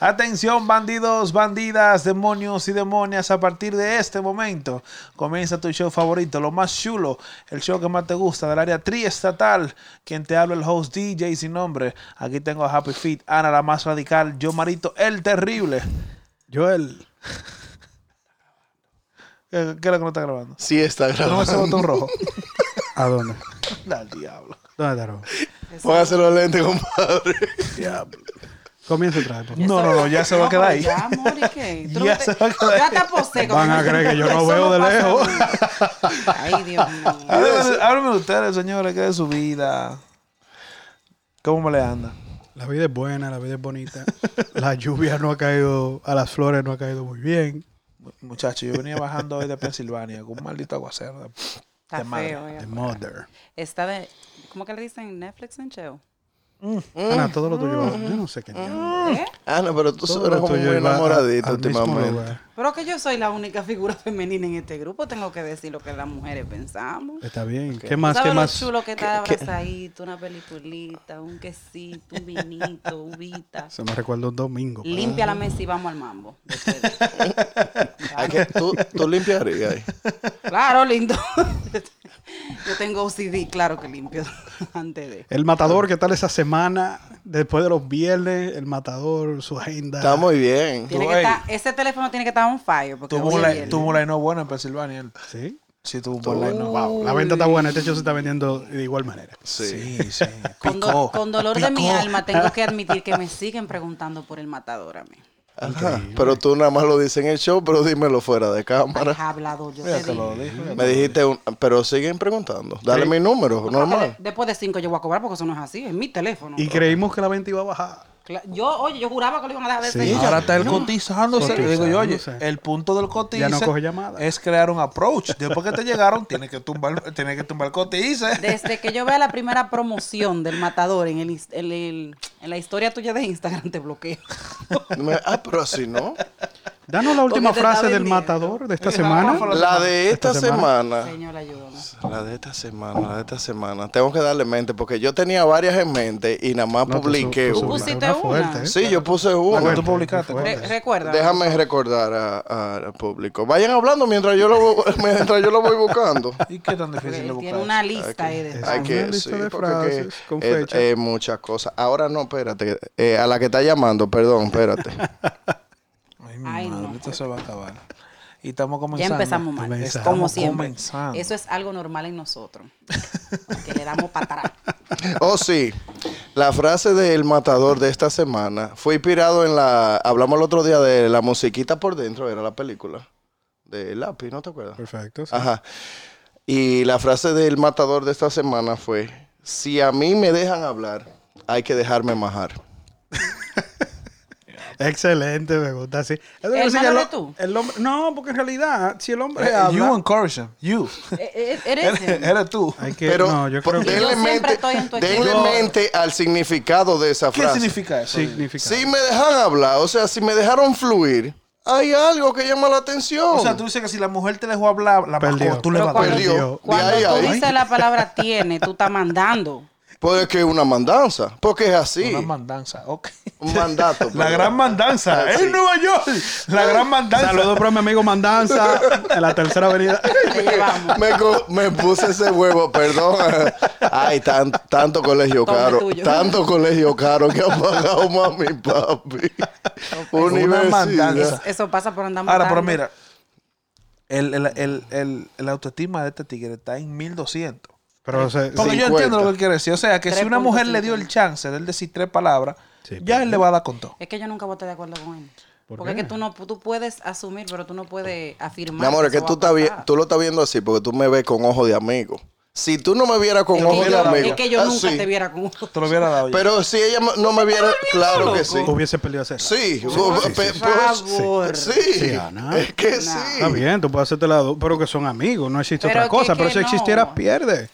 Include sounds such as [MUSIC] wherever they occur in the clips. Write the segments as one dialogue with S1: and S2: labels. S1: Atención bandidos, bandidas, demonios y demonias. A partir de este momento comienza tu show favorito, lo más chulo, el show que más te gusta del área triestatal. Quien te habla el host DJ sin nombre. Aquí tengo a Happy Feet, Ana la más radical, yo Marito el terrible.
S2: Joel.
S1: ¿Qué qué es lo que no está grabando? [LAUGHS]
S3: Sí está
S1: Ponme ese
S3: grabando.
S1: botón rojo.
S2: [LAUGHS] ¿A dónde?
S1: Anda al diablo.
S2: ¿Dónde está Rob?
S3: [LAUGHS] Póngase los lentes, compadre.
S2: Comienza el traje. por favor.
S1: No, no, no, ya se va a quedar
S4: pero
S1: ahí.
S4: Ya, amor, ¿y qué? Tú no
S1: [LAUGHS] Ya
S4: te-
S1: se va a quedar
S4: Ya
S1: ahí.
S4: te aposé.
S2: Van a creer que yo no veo de lejos.
S1: [LAUGHS]
S4: Ay, Dios mío.
S1: Háblame háblame de ustedes, señores, que de su vida. ¿Cómo me le anda?
S2: La vida es buena, la vida es [LAUGHS] bonita. La lluvia no ha caído, a las flores no ha caído muy bien.
S1: Mu- Muchacho, yo venía bajando hoy de Pensilvania con un maldito aguacero. de-
S4: Está
S1: de madre.
S4: feo.
S2: The
S4: ya.
S2: mother.
S4: Está de... ¿Cómo que le dicen? Netflix en chill.
S3: Mm.
S2: Ana, todo lo tuyo. va- Yo no sé qué. diablo.
S4: ¿Eh?
S3: Ah, no, pero tú
S2: Todo
S3: eres
S2: lo
S3: Mm. como
S2: tuyo
S3: muy
S2: iba a-
S3: enamoradito
S2: al mismo
S3: últimamente.
S2: lugar.
S4: Pero que yo soy la única figura femenina en este grupo. Tengo que decir lo que las mujeres pensamos.
S2: Está bien. ¿Qué más?
S4: ¿Sabes
S2: ¿Qué
S4: lo
S2: más?
S4: chulo que está
S3: qué-
S4: abrazadito? Una peliculita, un quesito, un
S1: [LAUGHS]
S4: vinito, uvita.
S2: Se me recuerda un domingo. pues.
S4: Limpia la mesa y vamos al mambo. después de-
S3: Hay que- Tú, tú limpiarías ahí.
S4: Claro, lindo. [LAUGHS] Yo tengo OCD, claro que limpio [LAUGHS] antes de.
S2: El matador, ¿qué tal esa semana? Después de los viernes, el matador, su agenda.
S3: Está muy bien.
S4: Tiene que
S1: Joel.
S4: estar- ese teléfono tiene que estar on fire. Porque
S1: Tuvo
S4: hoy
S1: un
S4: es
S1: line-
S4: viernes.
S1: tuvo un line-up bueno en Pensilvania. él.
S2: Sí.
S1: Sí, tuvo un buen line-up.
S2: Wow. La venta está buena. Este show se está vendiendo de igual manera.
S3: Sí.
S1: Sí, sí.
S4: con, do-
S1: Picó.
S4: con dolor de mi
S2: Picó.
S4: alma tengo que admitir que me siguen preguntando por el matador a mí.
S3: Ajá. Pero tú nada más lo dices en el show, pero dímelo fuera de
S4: Ay,
S3: cámara.
S4: hablador, yo
S1: Ya
S4: te
S1: te lo
S4: digo.
S1: dije.
S3: Me dijiste, un- pero siguen preguntando. Dale mi número,
S4: [LAUGHS]
S3: normal.
S4: Después de cinco yo voy a cobrar porque eso no es así, es mi teléfono.
S2: Y creímos que la venta iba a bajar.
S4: Cla- Yo, oye, yo juraba que lo iban a dejar de
S2: Sí.
S4: seguir.
S1: Ahora está él cotizándose. Le digo yo, oye,
S2: Cotizándose.
S1: el punto del cotice
S2: Ya no coge llamadas.
S1: es crear un approach. Después que te llegaron, tienes que tumbar, tienes que tumbar el cotice.
S4: [LAUGHS] Desde que yo vea la primera promoción del matador en, el, ins- en el- en la historia tuya de Instagram, te bloqueo.
S3: Me- Ah, pero si no.
S2: Danos la última
S4: Porque te está
S2: frase del
S4: vendiendo.
S2: matador
S4: [LAUGHS]
S2: de esta
S1: Esa fue
S2: semana.
S1: la-
S3: La de esta semana.
S4: Señor, ayúdame.
S3: La de esta semana, la de esta semana. Tengo que darle mente porque yo tenía varias en mente y nada más
S2: No, tú
S3: publiqué
S2: su- tú
S3: una.
S4: pusiste
S2: subiste
S4: una.
S2: ¿eh?
S3: Sí, yo puse
S1: La que
S3: una.
S1: tú publicaste.
S2: Fuerte.
S4: Re- recuerda.
S3: Déjame recordar a- a- al público. Vayan hablando mientras yo lo, [LAUGHS] mientras yo lo voy buscando.
S1: ¿Y qué tan
S4: porque
S1: difícil de
S4: él
S1: buscar?
S4: tiene una lista eh, de
S2: Es
S3: Hay
S4: frases.
S2: una
S3: que,
S2: lista
S3: sí,
S2: de
S3: porque que,
S2: frases con
S3: eh,
S2: fecha.
S3: eh, muchas cosas. Ahora no, espérate. eh, a la que está llamando,
S2: [LAUGHS]
S3: perdón, espérate.
S1: Ay, mi
S4: Ay,
S1: madre,
S4: no.
S1: esto se va a acabar. Y estamos
S4: Ya
S1: comenzando.
S4: empezamos mal,
S2: Comenzando.
S4: como siempre.
S1: Comenzando.
S4: Eso es algo normal en nosotros. Que le damos para atrás.
S3: Oh, sí. La frase del matador de esta semana fue inspirado en la. Hablamos el otro día de la musiquita por dentro, era la película. De Lápiz, ¿no te acuerdas?
S2: Perfecto. sí.
S3: Ajá. Y la frase del matador de esta semana fue: Si a mí me dejan hablar, hay que dejarme majar.
S2: Excelente, me gusta así. Es
S4: ¿El
S2: decir, lo-
S4: malo eres Eh, tú?
S2: el hombre, no, porque en realidad, si el hombre
S1: Eh,
S2: habla,
S1: You encourage him. You.
S4: Eh, eh, Eres
S1: Eres,
S4: él.
S1: eres tú.
S2: hay que,
S3: Pero pues,
S2: no, yo
S3: po-
S2: creo que
S4: Yo
S3: denle
S4: siempre
S3: mente,
S4: estoy en tu
S3: denle
S4: equipo.
S3: mente al significado de esa
S1: ¿Qué
S3: frase.
S1: significa eso?
S2: significa.
S3: Si me dejan hablar, o sea, si me dejaron fluir, hay algo que llama la atención.
S1: O sea, tú dices que si la mujer te dejó hablar, la
S2: Perdió.
S1: bajó, tú le
S4: Pero
S1: vas a
S4: cuando,
S1: dar.
S3: Perdió. De
S4: cuando
S3: ahí,
S4: tú
S3: ahí.
S4: dices la palabra tiene, tú estás mandando.
S3: Pues es que es una mandanza, porque es así.
S1: Una mandanza. Ok.
S3: Un
S1: [LAUGHS]
S3: mandato.
S1: La
S3: perdón.
S1: gran mandanza.
S3: Sí.
S1: En Nueva York. La gran mandanza.
S2: Saludos para mi amigo Mandanza en la tercera
S3: [LAUGHS]
S2: avenida.
S4: Te llevamos.
S3: Me, co- me puse ese huevo, perdón. Ay, tan- tanto colegio
S4: Toma
S3: caro.
S4: tuyo.
S3: Tanto colegio caro que ha pagado mami y papi.
S4: pues.
S1: Una
S3: Universidad.
S1: mandanza.
S4: Es- eso pasa por andar
S1: Ahora,
S4: matando.
S1: pero mira. El, el, el, el, el autoestima de este tigre está en 1200.
S2: Pero se,
S1: Porque
S2: sí,
S1: yo
S3: 50.
S1: entiendo lo que él quiere decir. O sea, que si una mujer le dio el
S4: 3.50.
S1: chance de él decir tres palabras,
S2: Sí,
S1: ya él le va a dar con todo.
S4: Es que yo nunca voy a estar de acuerdo con él.
S2: ¿Por
S4: Porque es
S2: qué?
S4: que tú no tú puedes asumir, pero tú no puedes afirmar.
S3: Mi amor, es que
S4: eso
S3: tú,
S4: va a
S3: estás vi-
S4: pasar.
S3: tú lo estás viendo así porque tú me ves con ojo de amigo. Si tú no me vieras con
S4: Es
S3: ojo
S4: que
S3: de
S4: yo-
S3: amigo.
S4: Es que yo nunca
S3: así.
S4: te viera con
S1: Te
S4: [LAUGHS]
S1: lo hubiera dado ya.
S3: Pero si ella me- no me viera, claro que sí.
S2: hubiese perdido hacer.
S3: Sí,
S4: Por
S3: pe- pues,
S4: favor.
S3: sí.
S2: Sí, Ana.
S3: Es que sí.
S2: Está bien, tú puedes hacerte la dos, pero que son amigos, no existe
S4: Pero
S2: otra
S4: que-
S2: cosa.
S4: que
S2: pero si
S4: no.
S2: existiera, pierde.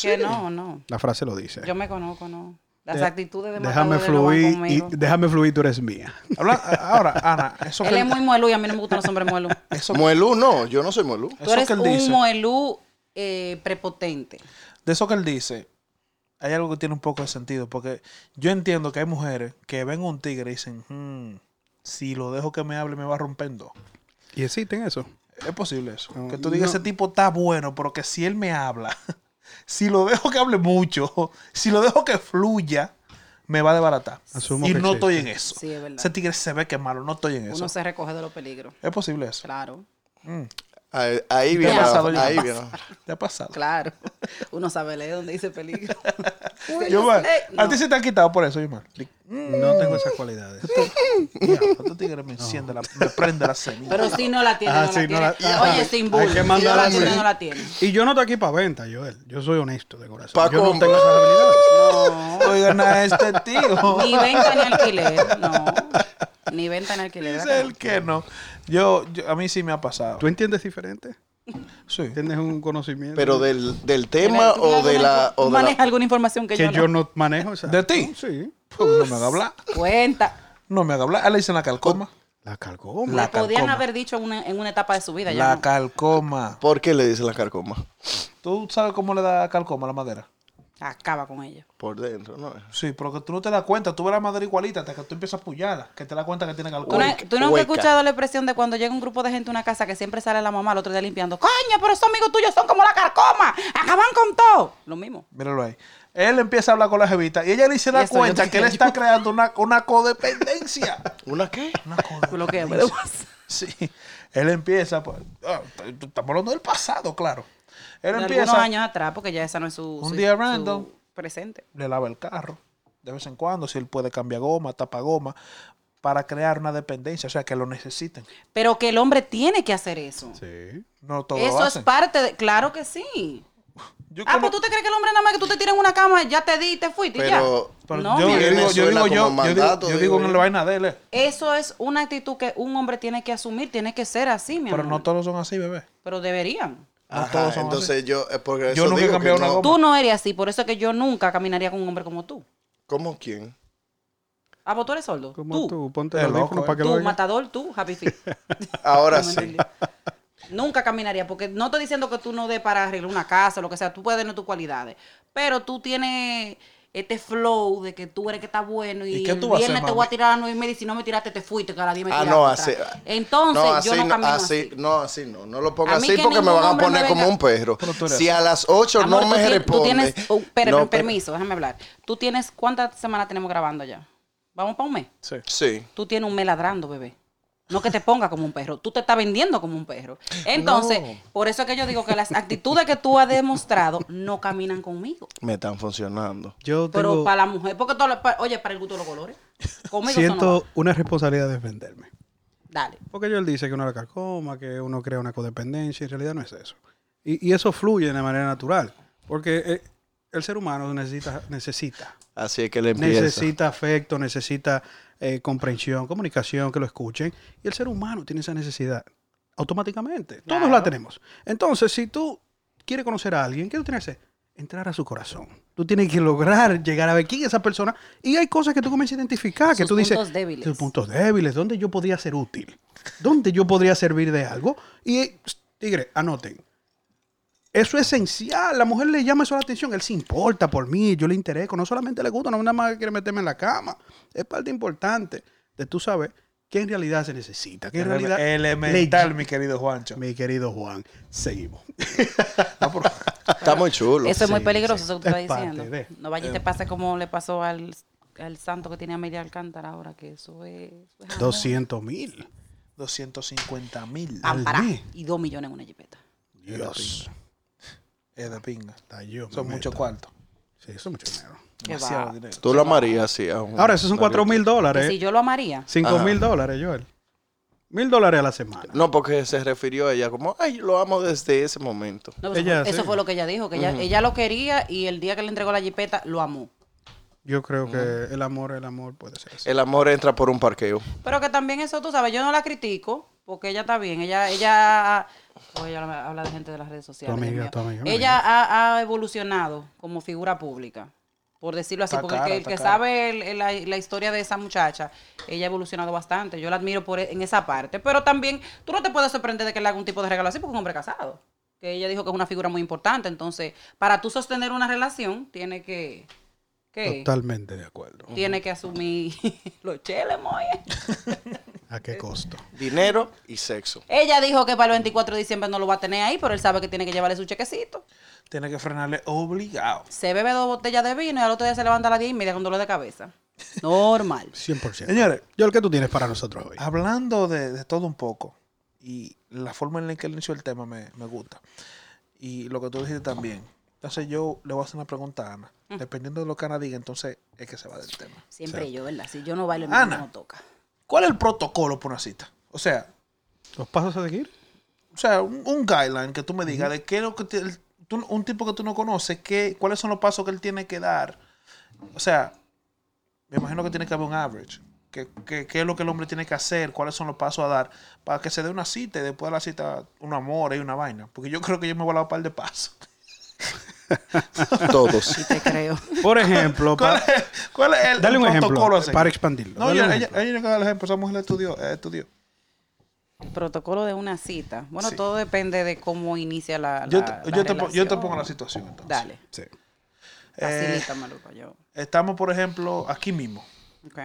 S4: Que no, no.
S2: La frase lo dice.
S4: Yo me conozco, no. Las
S2: De-
S4: actitudes de
S2: déjame
S4: matadores no van
S2: fluir, y,
S4: conmigo.
S2: déjame fluir, tú eres mía.
S1: Habla- ahora, Ana, eso
S4: Él
S1: que,
S4: es muy muelú y a mí no me gustan los hombres muelú.
S1: eso,
S3: Muelú, no, yo no soy Muelú.
S4: Tú
S1: eso
S4: eres
S1: que él
S4: un
S1: dice.
S4: muelú eh, prepotente.
S1: de eso que él dice, hay algo que tiene un poco de sentido, porque yo entiendo que hay mujeres que ven un tigre y dicen, "Hmm, si lo dejo que me hable, me va rompiendo.
S2: Y existen eso.
S1: Es posible eso.
S2: No,
S1: que tú digas,
S2: no.
S1: ese tipo está bueno, pero que si él me habla, [LAUGHS] si lo dejo que hable mucho, si lo dejo que fluya, me va a desbaratar.
S2: Asumo
S1: y
S2: que
S1: no
S2: existe.
S1: estoy en eso.
S4: Sí, es verdad.
S1: Ese tigre se ve que es malo, no estoy en eso.
S4: Uno se recoge de los peligros.
S1: Es posible eso.
S4: Claro,
S3: Ahí, ahí
S1: ¿Te ha
S3: viene. la-
S1: pasado, Lina?
S3: ahí viene.
S1: ¿Te ha pasado?
S4: claro. [LAUGHS] Uno sabe leer dónde dice peligro.
S1: Yo, ma,
S4: Eh,
S1: A
S4: no.
S1: ti se te han quitado por eso, Yomar. "Mm,
S2: No tengo esas cualidades.
S1: [LAUGHS] Diablo, este tigre me enciende, la- me prende la semilla.
S4: Pero si no la tiene,
S2: Ah,
S4: no,
S2: sí,
S4: la
S2: no
S4: tiene.
S2: la- ah,
S4: Oye, sin bull.
S2: hay que
S4: Si no
S2: mandarla
S4: la
S2: así.
S4: tiene, no la tiene.
S2: Y yo no estoy aquí para venta, Joel. Yo soy honesto de corazón.
S3: Pa'
S2: yo no
S3: comprar.
S2: tengo esas habilidades.
S4: No.
S1: Oigan a este tío.
S4: [LAUGHS] Ni venta ni alquiler. No. Ni venta ni
S1: [LAUGHS]
S4: alquiler.
S1: Dice
S4: ¿verdad?
S1: el que no. Yo, yo- a mí sí me ha pasado.
S2: ¿Tú entiendes diferente?
S1: Sí.
S2: ¿Tienes un conocimiento?
S3: Pero del, del tema
S4: ¿Tú
S3: o de
S4: alguna-
S3: la.
S4: tú
S3: O de la-
S4: manejas alguna información que,
S2: que
S4: yo,
S2: yo
S4: no?
S2: no manejo. o sea,
S1: ¿De ti?
S2: Sí.
S1: Pues, No me haga hablar.
S4: Cuenta.
S1: No me haga hablar. Ah, le dicen la calcoma.
S4: Oh,
S2: La calcoma.
S1: La
S4: La podían
S1: carcoma.
S4: haber dicho en una, en una etapa de su vida. ya
S1: La
S4: no.
S1: calcoma.
S3: ¿Por qué le dice la carcoma?
S1: ¿Tú sabes cómo le da calcoma a la madera?
S4: Acaba con ella.
S3: Por dentro, ¿no?
S1: Sí, pero que tú no te das cuenta. Tú ves la madera igualita hasta que tú empiezas a pullarla. Que te das cuenta que tiene
S4: ¿Tú, no-
S1: calcoma.
S3: Hueca,
S4: tú nunca has
S3: hueca.
S4: escuchado la expresión de cuando llega un grupo de gente a una casa que siempre sale la mamá al otro día limpiando? ¡Coño, pero esos amigos tuyos son como la carcoma! ¡Acaban con todo! Lo mismo.
S1: Míralo ahí. Él empieza a hablar con la jevita y ella ni se
S4: Y
S1: da
S4: eso yo
S1: cuenta
S4: dije
S1: que él
S4: yo.
S1: está creando una, una
S4: [LAUGHS]
S1: codependencia.
S3: ¿Una qué?
S1: Una
S4: Bloquea,
S1: codependencia.
S4: pero-
S1: Sí, él empieza, pues, ah, t- t- estamos hablando del pasado, claro. Él
S4: De algunos
S1: empieza,
S4: años atrás, porque ya esa no es su,
S1: Un
S4: su-
S1: día
S4: su
S1: random.
S4: presente.
S1: le lava el carro de vez en cuando, si él puede cambiar goma, tapa goma, para crear una dependencia, o sea, que lo necesiten.
S4: Pero que el hombre tiene que hacer eso.
S2: Sí.
S1: No todos
S4: Eso
S1: lo
S4: es
S1: hacen.
S4: parte de... Claro que sí.
S1: Yo
S4: Ah,
S1: como-
S4: pues tú te crees que el hombre nada más que tú te tiras en una cama, ya te di, te fuiste y
S3: Pero-
S4: ya.
S1: pero
S4: No,
S1: yo,
S4: mi
S1: yo
S4: amor.
S1: digo, yo
S3: Venezuela
S1: digo, yo,
S3: como
S1: yo digo- yo
S3: mandato, digo
S1: digo en
S3: yo.
S1: la vaina de él, eh.
S4: Eso es una actitud que un hombre tiene que asumir, tiene que ser así, mi
S1: pero
S4: amor.
S1: no todos son así, bebé.
S4: Pero deberían.
S1: No
S3: Ajá,
S1: todos son
S3: entonces yo, eh, porque
S1: Yo
S3: eso
S1: nunca he
S3: digo que
S1: cambiado una
S3: no-
S1: goma.
S4: Tú no eres así, por eso es que yo nunca caminaría con un hombre como tú.
S3: ¿Cómo quién?
S4: Ah, vos tú eres sordo.
S2: Como tú, ponte
S1: Qué
S2: el audífono
S1: loco,
S2: para
S1: eh.
S2: que
S4: Tú,
S2: lo oigas.
S4: matador, tú, happy feet.
S3: [LAUGHS] Ahora
S4: No me
S3: sí.
S4: entendí. Nunca caminaría, porque no estoy diciendo que tú no des para arreglar una casa, lo que sea, tú puedes tener tus cualidades, pero tú tienes este flow de que tú eres que está bueno y,
S1: ¿Y qué
S4: el
S1: tú vas a hacer,
S4: viernes te
S1: mami?
S4: voy a tirar a las 9 y media y si no me tiraste te fuiste, que a las 10 me
S3: Ah,
S4: tiraste
S3: no,
S4: atrás.
S3: así.
S4: Entonces yo no camino así.
S3: No, así no. No lo pongo
S4: A mí
S3: así
S4: que
S3: porque me
S4: ningún
S3: van a
S4: hombre me
S3: poner como
S4: venga-
S3: un perro.
S1: Pero tú eres
S3: Si a las 8
S4: Amor,
S3: no
S4: tú
S3: me
S4: tienes-
S3: responde.
S4: Tú tienes, oh, espérame,
S3: no, per-
S4: permiso, déjame hablar. Tú tienes, ¿cuántas semanas tenemos grabando ya? ¿Vamos para un mes?
S1: Sí.
S3: Sí.
S4: Tú tienes un mes ladrando, bebé. No que te ponga como un perro. Tú te estás vendiendo como un perro. Entonces,
S3: No.
S4: por eso es que yo digo que las actitudes que tú has demostrado no caminan conmigo.
S3: Me están funcionando.
S2: Yo
S4: Pero
S2: tengo,
S4: para la mujer, porque todo lo- pa- oye, para el gusto de los colores. Conmigo eso no
S2: siento
S4: va.
S2: una responsabilidad de defenderme.
S4: Dale.
S2: Porque Joel dice que uno la carcoma, que uno crea una codependencia. En realidad no es eso. Y, y eso fluye de manera natural. Porque eh, el ser humano necesita, necesita
S3: Así es que le empieza.
S2: necesita afecto, necesita eh, comprensión, comunicación, que lo escuchen. Y el ser humano tiene esa necesidad automáticamente. Todos la
S4: Claro.
S2: tenemos. Entonces, si tú quieres conocer a alguien, ¿qué tú tienes que hacer? Entrar a su corazón. Tú tienes que lograr llegar a ver quién es esa persona. Y hay cosas que tú comienzas a identificar, que
S4: Sus
S2: tú dices,
S4: puntos débiles.
S2: sus puntos débiles, dónde yo podría ser útil, dónde yo podría servir de algo. Y, eh, tigre, anoten. Eso es esencial. La mujer le llama eso la atención. Él se importa por mí. Yo le interesco. No solamente le gusta, no nada más quiere meterme en la cama. Es parte importante de tú saber qué en realidad se necesita. Qué en realidad le-
S1: Elemental, mi querido Juancho.
S2: Mi querido Juan, seguimos.
S1: Ah, pero-
S3: Está muy chulo.
S4: Eso es muy
S2: Sí,
S4: peligroso,
S2: sí.
S4: eso que tú
S2: Es
S4: estás
S2: parte
S4: diciendo.
S2: de-
S4: No vaya y te pase como le pasó al, al santo que tenía media alcántara ahora, que eso es. eso es amor.
S2: 200 mil.
S1: 250 mil.
S2: Ah. al
S4: Ampará.
S2: mes.
S4: Y dos millones en una jipeta.
S2: Dios.
S1: Es de pinga.
S2: Hasta yo me
S1: Son
S2: meto.
S1: mucho cuarto.
S2: Sí, eso es mucho dinero.
S4: Qué
S1: Demasiado
S4: va.
S1: dinero.
S3: Tú lo amarías, sí. a un-
S2: Ahora, esos son 4 mil
S4: Que si
S2: dólares.
S4: yo lo amaría.
S2: 5
S1: Ah.
S3: Ajá.
S2: mil dólares, Joel. Mil dólares a la semana.
S3: No, porque se refirió a ella como, ay, lo amo desde ese momento.
S4: No, pero
S2: Ella
S4: eso, fue, eso
S2: sí.
S4: fue lo que ella dijo, que ella, ella lo quería y el día que le entregó la jipeta lo amó.
S2: Yo creo que el amor, el amor puede ser así.
S3: El amor entra por un parqueo.
S4: Pero que también eso, tú sabes, yo no la critico porque ella está bien. Ella, ella, Oye, ella no me- habla de gente de las redes sociales.
S2: Tu
S4: Dios
S2: amiga,
S4: mío.
S2: tu amiga, una
S4: ella ha, ha evolucionado como figura pública, por decirlo así,
S1: Está
S4: porque el
S1: cara,
S4: que, el
S1: está
S4: que
S1: cara.
S4: sabe el- el- la, la historia de esa muchacha, ella ha evolucionado bastante. Yo la admiro por e- en esa parte, pero también tú no te puedes sorprender de que le haga un tipo de regalo así porque es un hombre casado. Que ella dijo que es una figura muy importante. Entonces, para tú sostener una relación, tiene que... que
S2: Totalmente de acuerdo.
S4: [LAUGHS] tiene que asumir los cheles, moye.
S2: ¿A qué costo?
S3: Dinero y
S4: [LAUGHS]
S3: sexo.
S4: Ella dijo que para el 24 de diciembre no lo va a tener ahí, pero él sabe que tiene que llevarle su chequecito.
S1: Tiene que frenarle obligado.
S4: Se bebe dos botellas de vino y al otro día se levanta a las 10 y media con dolor de cabeza. Normal.
S2: 100%.
S1: Señores,
S2: Yo, ¿qué tú tienes para nosotros hoy?
S1: hablando de, de todo un poco y la forma en la que él inició el tema me, me gusta y lo que tú dijiste también. Entonces yo le voy a hacer una pregunta a Ana. Dependiendo de lo que Ana diga, entonces es que se va del tema. [LAUGHS]
S4: Siempre yo, ¿verdad? Si yo no bailo, mi
S1: Ana.
S4: mamá no toca.
S1: ¿Cuál es el protocolo para una cita? O sea,
S2: ¿Los pasos a seguir?
S1: o sea un, un guideline que tú me digas de qué es lo que te- el- tú- un tipo que tú no conoces, qué, cuáles son los pasos que él tiene que dar. O sea, me imagino que tiene que haber un average. ¿Qué, qué, qué es lo que el hombre tiene que hacer? ¿Cuáles son los pasos a dar? Para que se dé una cita y después de la cita un amor y una vaina. Porque yo creo que yo me he volado un par de pasos. [LAUGHS]
S3: Todos.
S4: Y
S1: [LAUGHS]
S4: te creo.
S2: Por ejemplo,
S1: ¿Cuál
S2: para,
S1: es, cuál es el,
S2: dale un
S1: el protocolo
S2: ejemplo
S1: a seguir?
S2: para expandirlo.
S1: No,
S2: Dale
S1: ella,
S2: un
S1: ella,
S2: ejemplo.
S1: ella no el ejemplo. Esa mujer estudió. eh, estudió.
S4: El protocolo de una cita. Bueno,
S1: Sí.
S4: todo depende de cómo inicia la.
S1: Yo,
S4: la-
S1: te,
S4: la
S1: yo, te, pon- yo te
S4: relación.
S1: pongo la situación entonces.
S4: Dale.
S2: Sí.
S1: Eh,
S4: Facilítamelo Maluco, yo.
S1: Estamos, por ejemplo, aquí mismo.
S4: Ok.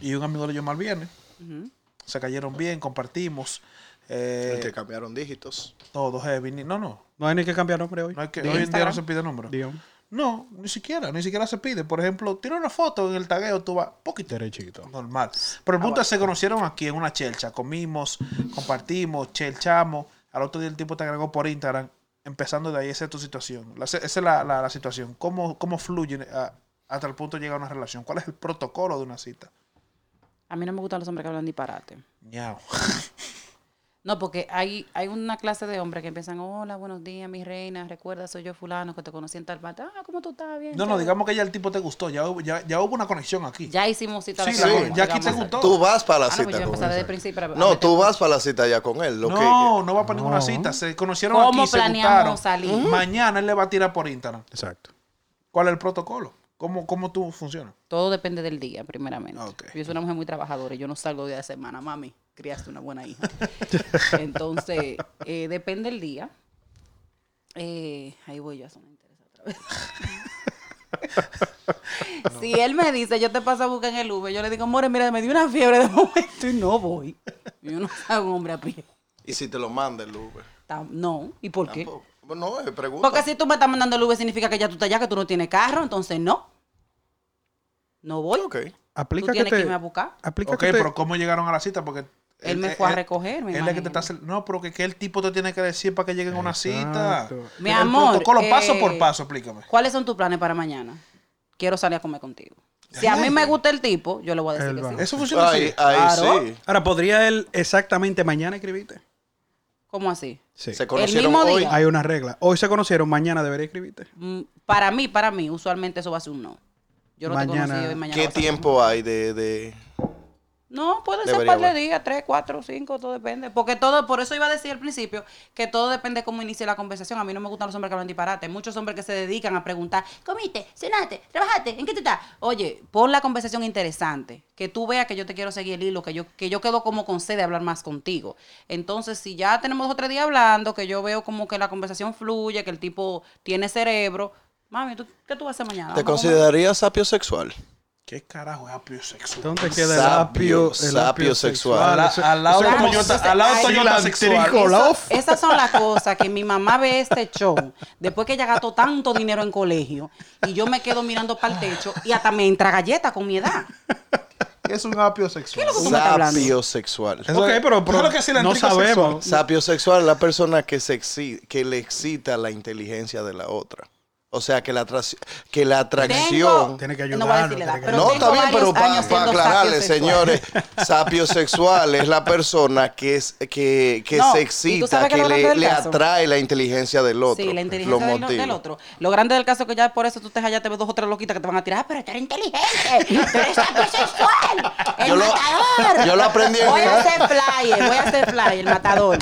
S1: Y un amigo le llamó al viernes.
S4: Ujú.
S1: Se cayeron bien, compartimos. Eh,
S3: cambiaron dígitos.
S1: todo heavy. ni- No, no.
S2: No hay ni que cambiar nombre hoy.
S1: no hay que,
S4: ¿De
S1: hoy en día no
S4: Instagram?
S1: se pide número.
S2: Digo,
S1: No, ni siquiera, ni siquiera se pide. Por ejemplo, tira una foto en el tagueo, tú vas poquito
S2: derechito.
S1: normal.
S4: Ah,
S1: Pero el punto es que se conocieron aquí en una chelcha. Comimos, compartimos, chelchamos. Al otro día el tipo te agregó por Instagram. Empezando de ahí, esa es tu situación. La- esa es la, la- la situación. ¿Cómo, cómo fluye ah, hasta el punto de llegar a una relación? ¿Cuál es el protocolo de una cita?
S4: A mí no me gustan los hombres que hablan disparate.
S1: Ñao.
S4: No, porque hay, hay una clase de hombres que empiezan, hola, buenos días, mi reina, recuerda, soy yo fulano, que te conocí en tal parte. Ah, ¿cómo tú estás? Bien.
S1: No, no,
S4: chévere".
S1: digamos que ya el tipo te gustó. Ya, hubo- ya, ya hubo una conexión aquí.
S4: Ya hicimos cita.
S1: Sí,
S4: la
S1: la-
S4: que vamos,
S1: ya aquí
S4: hagamos
S1: te
S4: esa.
S1: gustó.
S3: Tú vas para
S4: Ah,
S3: la
S4: no, pues yo
S3: cita.
S4: empecé desde el principio. para-
S3: No, tú vas para la cita ya con él. Lo que-
S1: No, no va para ninguna
S2: No.
S1: cita. Se conocieron
S4: ¿Cómo
S1: aquí, se
S4: planeamos
S1: gustaron.
S4: salir?
S1: Ujú. Mañana él le va a tirar por Instagram.
S2: Exacto.
S1: ¿Cuál es el protocolo? ¿Cómo, cómo tú funcionas?
S4: Todo depende del día, primeramente.
S1: Ah, ok.
S4: Yo soy una mujer muy trabajadora, y yo no salgo día de semana, mami, criaste una buena hija. Entonces, eh, depende del día. Eh, ahí voy yo a hacer una interesa otra vez. si él me dice, yo te paso a buscar en el Uber, yo le digo, more, mira, me dio una fiebre de momento y no voy. Yo no salgo un hombre a pie.
S3: Y si te lo manda el Uber.
S4: Tam- No, ¿y por qué?
S3: Tampoco. No, es pregunta.
S4: Porque si tú me estás mandando el Uber significa que ya tú estás allá, que tú no tienes carro, entonces no. No voy.
S3: Ok.
S2: Aplica que
S4: tú tienes que,
S2: te...
S4: irme a buscar.
S2: aplica
S1: Ok,
S2: que te-
S1: pero ¿cómo llegaron a la cita? Porque
S4: Él me fue a recoger, me
S1: Él es el que te
S4: imagino.
S1: está cel- No, pero que, que el tipo te tiene que decir para que lleguen a una cita.
S2: Exacto.
S4: Mi
S1: el
S4: amor,
S1: protocolo paso
S4: eh,
S1: por paso, explícame.
S4: ¿Cuáles son tus planes para mañana? Quiero salir a comer contigo. Si a mí me gusta el tipo, yo le voy a decir
S2: Él
S4: que
S2: va.
S4: sí.
S1: Eso funciona
S3: Ahí,
S1: así.
S3: ahí
S4: Claro.
S3: sí.
S2: Ahora, ¿podría él exactamente mañana escribirte?
S4: ¿Cómo así?
S2: Sí.
S3: Se conocieron
S4: mismo
S3: hoy.
S4: día.
S2: Hay una regla. Hoy se conocieron, mañana debería escribirte.
S4: Mm, Para mí, para mí, usualmente eso va a ser un no. Yo no
S2: Mañana.
S4: te conocí hoy, mañana.
S3: ¿Qué
S4: va a ser un
S3: tiempo hay de,
S4: Ah,
S3: de-
S4: no. No, puede ser un
S3: Debería
S4: par de
S3: haber.
S4: días, tres, cuatro, cinco, todo depende. Porque todo, por eso iba a decir al principio que todo depende de cómo inicie la conversación. A mí no me gustan los hombres que hablan disparate. Hay muchos hombres que se dedican a preguntar, ¿comiste? ¿Cenaste? ¿Trabajaste? ¿En qué te estás? Oye, pon la conversación interesante. Que tú veas que yo te quiero seguir el hilo, que yo, que yo quedo como con sed de hablar más contigo. Entonces, si ya tenemos otro día hablando, que yo veo como que la conversación fluye, que el tipo tiene cerebro. Mami, ¿tú, ¿qué tú vas a hacer mañana?
S3: ¿Te
S4: Vamos a comer.
S3: considerarías sapio sexual?
S1: ¿Qué carajo es apiosexual?
S2: ¿Dónde queda el
S3: Sapio,
S2: apio, el apio
S3: sapio sexual.
S2: sexual? Eso-
S1: al lado
S2: eso es
S1: de
S2: como-
S1: Toyota- al lado de Toyota sexual.
S2: Cilantro. Nicolau.
S4: Eso- esas son las cosas que mi mamá ve este show después que ella gastó tanto dinero en colegio y yo me quedo mirando para el techo y hasta me entra galleta con mi edad.
S1: Es un apiosexual.
S4: tú me estás hablando?
S3: Sapio sexual.
S2: Ok, pero, pero
S1: Claro que sí, la
S2: no
S1: intriga
S2: sabemos.
S3: Sapio sexual es la persona que, se exhi- que le excita la inteligencia de la otra. O sea, que la, atrac- que la atracción...
S2: Tiene que
S4: No voy a
S2: ayudarlo,
S4: decir la edad,
S2: tiene que
S4: pero
S3: no,
S2: tengo
S3: está bien, pero para
S4: para
S3: aclararle, señores, sapio sexual es la persona que, es, que, que
S4: No,
S3: se
S4: ¿y tú
S3: excita,
S4: sabes qué
S3: que
S4: es lo grande
S3: le,
S4: del
S3: le
S4: caso?
S3: atrae la inteligencia del otro.
S4: Sí, la
S3: lo
S4: inteligencia del,
S3: motiva.
S4: del otro. Lo grande del caso es que ya por eso tú te allá, te ves dos o tres loquitas que te van a tirar, "Ah, pero tú eres inteligente, tú
S3: [LAUGHS]
S4: eres sexual, el
S3: Yo lo-
S4: matador.
S3: yo lo aprendí en-
S4: Voy a hacer flyer, voy a hacer flyer, el matador.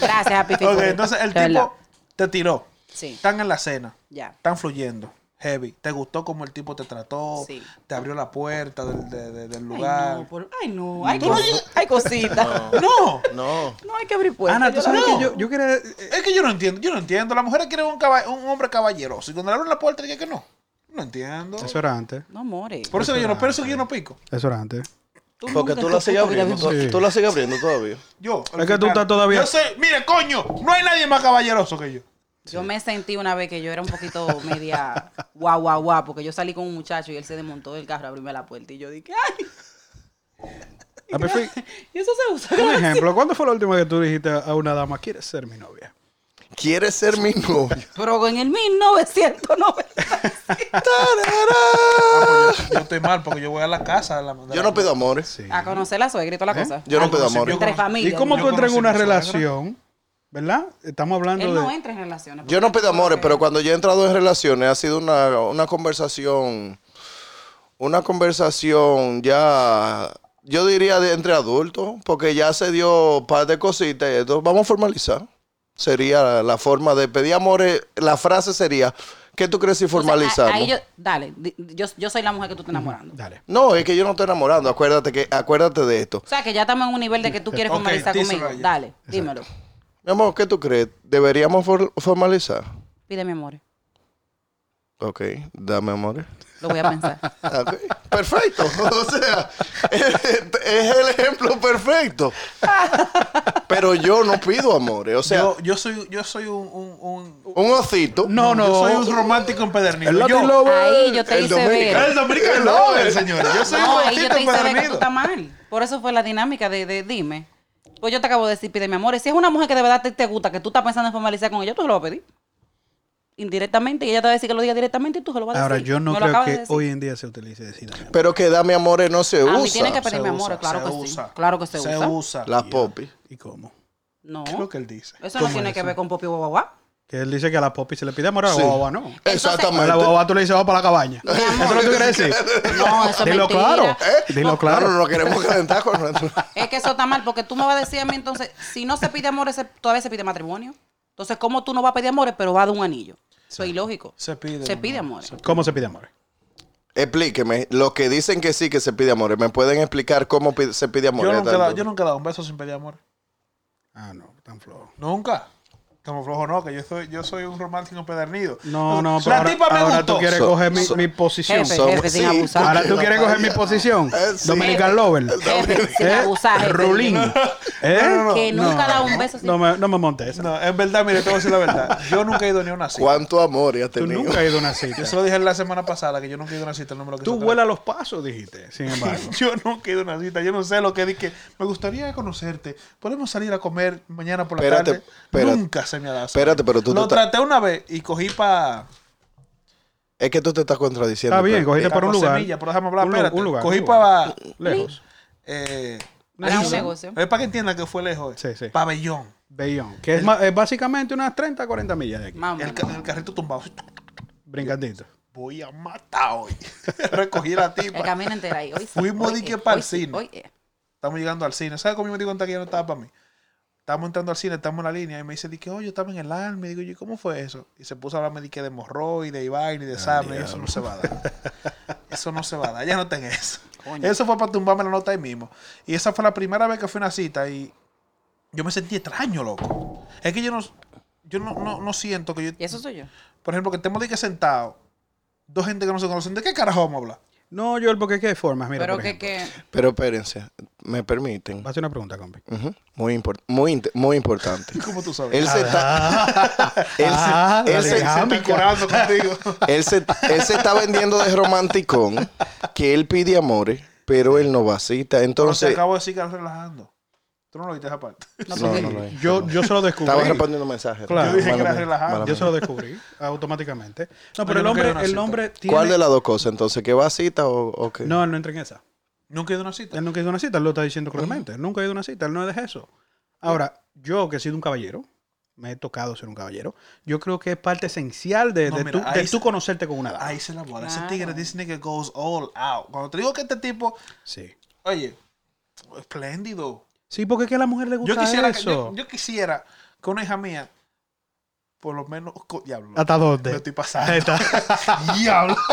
S4: Gracias, Happy Feet,
S1: Ok,
S4: por-
S1: entonces el
S4: de verdad.
S1: tipo te tiró.
S4: Sí.
S1: Están en la cena.
S4: Ya.
S1: Están fluyendo. Heavy. ¿Te gustó cómo el tipo te trató?
S4: Sí.
S1: Te abrió la puerta del, de- de- del
S4: Ay,
S1: lugar.
S4: no, pues. por- ay, no, ay, cos- ay, cosita. No.
S1: No.
S3: No.
S4: No hay que abrir puertas.
S2: Ana, tú
S4: yo la-
S2: sabes
S1: No.
S2: que yo, yo quería... eh,
S1: Es que yo no entiendo, yo no entiendo. Las mujeres quieren un, caba- un hombre caballeroso. Y cuando le abren la puerta, dije que no. No entiendo.
S2: Eso era antes.
S4: No, more.
S1: Por eso que yo no, pero eso que yo no pico.
S2: [LAUGHS] Eso era antes.
S3: Porque
S4: nunca
S3: tú la
S4: te
S3: sigues
S4: puedes
S3: abriendo.
S4: abrir.
S3: to- Tú la sigues abriendo todavía.
S1: Yo.
S2: Es que tú estás todavía-
S1: Yo sé, mire, coño, no hay nadie más caballeroso que yo.
S4: Yo me sentí una vez que yo era un poquito [LAUGHS] media guau, guau, guau, porque yo salí con un muchacho y él se desmontó del carro, abrirme la puerta y yo dije, ¡ay!
S2: Ah, perfecto.
S4: [LAUGHS] Y eso se usa.
S2: Un
S4: gracias.
S2: ejemplo, ¿cuándo fue la última que tú dijiste a una dama, quieres ser mi novia?
S3: ¿Quieres ser mi
S4: [LAUGHS]
S3: novio?
S4: Pero en el 1990.
S3: Tarara.
S1: Yo estoy mal porque yo voy a la casa. de la- de
S3: Yo
S1: la-
S3: no pido amores.
S4: A conocer la suegra y toda la cosa.
S3: ¿Eh? Yo no pido
S1: Algo así,
S3: amores.
S1: yo
S4: Entre
S1: conozco-
S2: ¿Y
S4: familias.
S2: cómo
S4: ¿no?
S2: tú
S1: Yo
S2: entras en
S1: conocí
S2: una
S1: mi suegra.
S2: relación? ¿Verdad? Estamos hablando
S4: Él no
S2: de...
S4: entra en relaciones.
S3: Yo no pido amores, pero cuando yo he entrado en relaciones ha sido una, una conversación, una conversación ya, yo diría de entre adultos, porque ya se dio un par de cositas y entonces vamos a formalizar. Sería la forma de pedir amores, la frase sería, ¿qué tú crees si
S4: Entonces, a-
S3: formalizamos?
S4: ahí yo- dale, di- yo, yo soy la mujer que tú estás enamorando.
S2: Dale.
S3: No, es que yo no estoy enamorando, acuérdate, que, acuérdate de esto.
S4: O sea, que ya estamos en un nivel de que tú quieres
S1: Ok,
S4: formalizar
S1: díselo
S4: conmigo.
S1: a ella.
S4: Dale, dímelo.
S3: Mi amor, ¿qué tú crees? ¿Deberíamos for- formalizar?
S4: Pide mi amor.
S3: Ok, dame amores.
S4: Lo voy a pensar.
S3: [LAUGHS] Ok, Perfecto. [LAUGHS] O sea, es, es el ejemplo perfecto. Pero yo no pido amores. O sea,
S1: yo, yo soy, yo soy un. un- un-
S3: un osito.
S2: No, no.
S1: Yo soy un romántico empedernido.
S2: El Latin
S1: yo,
S2: Lover.
S4: ahí yo te
S3: el
S4: hice
S3: dominicano.
S1: el
S4: ver.
S1: dominicano
S3: El
S1: lover,
S3: lover.
S1: señores. Yo soy
S4: No,
S1: un
S4: ahí yo
S1: romántico
S4: te hice ver que tú
S1: empedernido.
S4: estás mal. Por eso fue la dinámica de, de dime. Pues yo te acabo de decir, pide mi amor. Y Si es una mujer que de verdad te, te gusta, que tú estás pensando en formalizar con ella, tú se lo vas a pedir. Indirectamente. Y ella te va a decir que lo diga directamente y tú se lo vas a
S2: Ahora,
S4: decir.
S2: yo no
S4: Me lo
S2: creo
S4: acabas de
S2: que
S4: decir.
S2: hoy en día se utilice decir dame amor.
S3: Pero que dame amores no se
S4: A mí tiene
S3: usa.
S4: que pedirme amor, claro
S1: se
S4: que
S1: usa.
S4: sí. Claro que se,
S1: Se
S4: usa.
S1: usa.
S3: Las popis.
S2: ¿Y cómo?
S4: No.
S1: ¿Qué es lo que él dice?
S4: Eso no tiene que ver con Popi Guaguá.
S2: Que él dice que a la popi se le pide amor a la
S3: Sí.
S2: guagua, ¿no. A
S3: Exactamente.
S2: la guagua Eh, tú le dices, va para la cabaña. ¿Eso es lo que tú quieres decir?
S4: No, eso es
S2: Dilo
S4: mentira.
S2: claro.
S3: ¿Eh?
S2: Dilo claro.
S3: No, no, no queremos calentar con nuestro.
S4: Es que eso está mal, porque tú me vas a decir a mí entonces, si no se pide amor, ese- todavía se pide matrimonio. Entonces, ¿cómo tú no vas a pedir amores, pero vas a dar un anillo? Eso es ilógico.
S1: Se pide.
S4: Se pide amores.
S2: ¿Cómo se pide amor?
S3: Explíqueme. Los que dicen que sí que se pide amores, ¿me pueden explicar cómo pi- se pide amores?
S1: Yo nunca, he
S3: tanto?
S1: dado- yo nunca he dado un beso sin pedir amor.
S2: Ah, no, tan flojo.
S1: Nunca. Como flojo no, que yo soy, yo soy un romántico empedernido.
S2: No, no, pero
S1: La
S2: ahora,
S1: tipa me
S2: ahora
S1: gustó.
S2: tú quieres
S3: So-
S2: coger mi,
S3: so-
S2: mi posición.
S4: Jefe,
S3: Somos-
S4: jefe, sin
S3: sí.
S4: abusar.
S2: ahora tú quieres coger mi posición.
S3: Eh, sí.
S2: Dominican Lover.
S4: Jefe, sin
S2: ¿Eh?
S4: abusar, jefe.
S2: Rulín. ¿Eh?
S4: Que nunca da un beso sin-
S2: No me, no me montes eso.
S1: No, en verdad, mire, te voy a decir la verdad. Yo nunca he ido ni a una cita.
S3: ¿Cuánto amor ya
S2: Tú
S3: tenido?
S2: nunca has ido a una cita.
S1: Yo se lo dije la semana pasada que yo nunca he ido a una cita, el número que
S2: Tú
S1: se te-
S2: vuelas los pasos, dijiste, sin
S4: [LAUGHS]
S2: embargo.
S1: [LAUGHS] Yo nunca he ido a una cita. Yo no sé lo que dije. Me gustaría conocerte. Podemos salir a comer mañana por la
S3: Espérate,
S1: tarde.
S3: espérate.
S1: nunca se me ha dado. esa
S3: Espérate,
S1: vaina.
S3: pero tú te
S1: Lo
S3: estás-
S1: traté una vez y cogí para.
S3: Es que tú te estás contradiciendo.
S2: Está bien,
S3: pero-
S2: cogiste para un lugar.
S1: Semilla, pero déjame hablar.
S2: Un lu-
S1: espérate.
S2: un lugar,
S1: cogí
S2: un
S1: para.
S2: lugar. Lejos.
S1: Eh,
S2: Una
S4: Era un
S2: isla.
S4: negocio.
S1: es para que entiendan que fue lejos. eh.
S2: Sí, sí.
S1: Pabellón.
S2: Bellón. Que es, ma- es básicamente unas 30, 40 millas de aquí.
S4: Mamá.
S1: El, ca- el carrito tumbado.
S2: Brincandito.
S1: Voy a matar hoy. [LAUGHS] Recogí la
S4: El
S1: tipa.
S4: camino entero ahí. Hoy sí,
S1: Fuimos
S4: hoy
S1: de que
S4: eh,
S1: pa'l
S4: hoy sí,
S1: cine.
S4: hoy eh.
S1: Estamos llegando al cine. ¿Sabes cómo yo me di cuenta que ya no estaba para mí? Estamos entrando al cine, estamos en la línea. Y me dice, di que, oye, yo estaba en el arma. Y digo, yo, ¿cómo fue eso? Y se puso a hablarme di que de morroy, de Iván
S3: Ah,
S1: y de Sam. Y eso no se va a dar. eso no se va a dar. Ya no tengo eso.
S4: Coño.
S1: Eso fue para tumbarme la nota ahí mismo. Y esa fue la primera vez que fui a una cita. Y yo me sentí extraño, loco. Es que yo no, yo no, no, no siento que yo.
S4: Y eso soy yo.
S1: Por ejemplo, que estemos de que sentados. Dos gente que no se conocen. ¿De qué carajo vamos a hablar?
S2: No, Joel, porque aquí hay formas. Mira,
S4: Pero
S2: por
S4: que,
S2: ejemplo.
S4: que
S3: eh, Pero espérense, me permiten.
S2: Va a hacer una pregunta, compi.
S3: Ujú, Muy, impor- muy, inte-
S2: [LAUGHS]
S3: muy importante.
S1: ¿Cómo tú sabes?
S3: Él se está. [LAUGHS] Él
S2: Ah,
S3: se-
S2: la
S3: él se-
S1: Se está
S3: [LAUGHS]
S1: curando contigo.
S3: él se él se está vendiendo de romanticón que él pide amores, pero él no vasita.
S1: Pero te
S3: Entonces.
S1: acabo de decir que estás relajando. Tú no lo viste esa parte.
S4: no,
S3: No,
S4: porque-
S3: no lo es.
S2: Yo, yo se lo descubrí.
S3: Estaba respondiendo mensajes.
S2: Claro. Yo
S1: dije que
S3: Mala
S1: era
S3: mía,
S1: relajado.
S3: mala
S2: Yo
S3: mía.
S2: se lo descubrí automáticamente. No,
S1: yo
S2: pero el
S1: no creo
S2: hombre,
S1: en la
S2: el
S1: cita.
S2: hombre tiene...
S3: ¿Cuál de las dos cosas entonces? ¿Que vasita o, o qué?
S2: No, él no entra en esa.
S1: Nunca he ido a una cita.
S2: Él nunca ha ido a una cita, él lo está diciendo claramente. Él nunca ha ido a una cita, él no es de eso. Ahora, yo que he sido un caballero, me he tocado ser un caballero, yo creo que es parte esencial de,
S1: No,
S2: de
S1: mira,
S2: tú, de
S1: ahí
S2: tú
S1: se-
S2: conocerte con una dama.
S1: Ahí se la bola. Ese
S4: Claro.
S1: tigre Disney que goes all out. Cuando te digo que este tipo,
S2: Sí.
S1: oye, espléndido.
S2: Sí, porque es que a la mujer le gusta
S1: Yo quisiera, que,
S2: eso.
S1: yo, yo quisiera que una hija mía, por lo menos, co- diablo.
S2: ¿Hasta
S1: Me
S2: dónde?
S1: estoy pasando. [LAUGHS]
S2: [LAUGHS]
S1: diablo,
S3: [LAUGHS]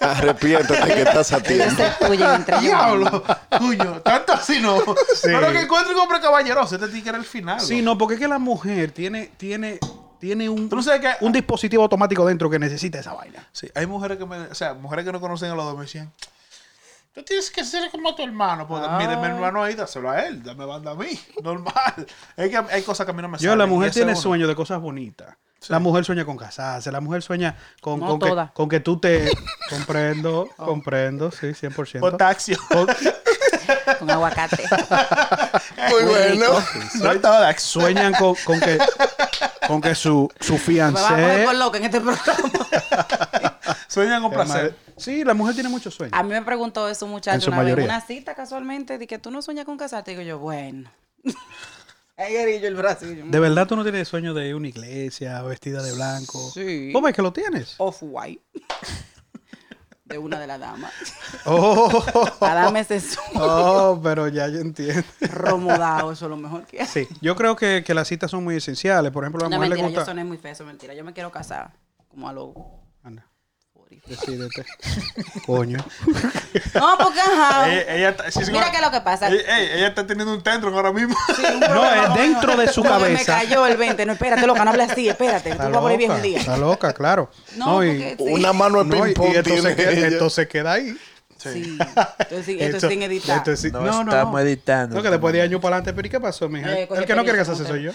S3: Arrepiéntete que estás a
S4: ellos
S2: [LAUGHS]
S3: tiempo.
S4: se huyen entre ellos.
S1: diablo. Coño, tanto así no.
S2: Sí.
S1: Pero que encuentre un hombre caballeroso. Este tigre era el final.
S2: Sí, no, porque es que la mujer tiene, tiene, tiene un,
S1: Tú no sabes que-
S2: un dispositivo automático dentro que necesita esa vaina.
S1: Sí, hay mujeres que me, o sea, mujeres que no conocen a los dos me decían, Tú tienes que ser como tu hermano. Porque
S2: Ay.
S1: mire, mi hermano ahí, dáselo a él, dame banda a mí. [LAUGHS] Normal. Es que hay cosas que a mí no me
S2: Yo, la
S1: salen, y
S2: mujer
S1: ese
S2: tiene
S1: uno.
S2: sueños de cosas bonitas. La mujer sueña con casarse, la mujer sueña con,
S4: No
S2: con, que,
S4: todas.
S2: con que tú te... [LAUGHS] comprendo, comprendo, sí,
S1: [LAUGHS]
S2: 100%.
S1: Potasio.
S2: [LAUGHS]
S4: Con aguacate.
S3: Muy bueno.
S1: No todas.
S2: Sueñan con, con que, con que su, su
S4: Me va a poner
S2: fiancé...
S4: con loca en este
S2: [LAUGHS]
S4: programa.
S1: Sueñan con placer.
S2: Sí, la mujer tiene muchos sueños.
S4: A mí me preguntó eso un
S2: En
S4: muchacho
S2: su
S4: una
S2: mayoría.
S4: vez, una cita casualmente, de que tú no sueñas con casarte. Digo yo, bueno. [LAUGHS] Ahí era yo el brazo. y yo,
S2: De verdad tú no tienes sueño de ir a una iglesia vestida de blanco.
S4: Sí.
S2: ¿Cómo es que lo tienes?
S4: Off-white. De una de las damas.
S2: Oh,
S4: Adame ese su
S2: oh, pero ya yo entiendo.
S4: romodado, eso es lo mejor que hay.
S2: Sí, yo creo que, que las citas son muy esenciales. Por ejemplo, a la
S4: No,
S2: mujer
S4: mentira,
S2: le
S4: yo
S2: gusta.
S4: soné muy feo, eso es mentira. Yo me quiero casar como a los
S2: Anda,
S4: 40.
S2: decídete. Coño.
S4: No, porque ajá.
S1: Eh,
S2: Eh,
S1: Ella, ella está- sí, sí,
S4: Mira
S1: como-
S4: qué es lo que pasa.
S1: Ey, ey, ella está teniendo un tendron ahora mismo. [LAUGHS]
S2: No, es dentro de su
S4: Como que Me
S2: cabeza.
S4: cayó el 20. No, espérate, loca, no hables así, espérate. Tú
S2: Está
S4: vas a poner viejo
S2: loca,
S4: un día.
S2: está loca, claro.
S4: No,
S2: y,
S4: porque sí.
S3: Una mano de
S2: no, y-
S3: ping-pong
S2: y esto,
S3: tiene
S2: se queda,
S3: ella.
S2: esto se queda ahí.
S4: Sí. Esto es sin- esto es sin editar.
S2: esto es sin-
S5: No estamos editando.
S2: No, que después de años para adelante, pero ¿y qué pasó, mija?
S4: Eh,
S2: el
S4: coge
S2: que no quiere
S4: permiso,
S2: casarse soy yo.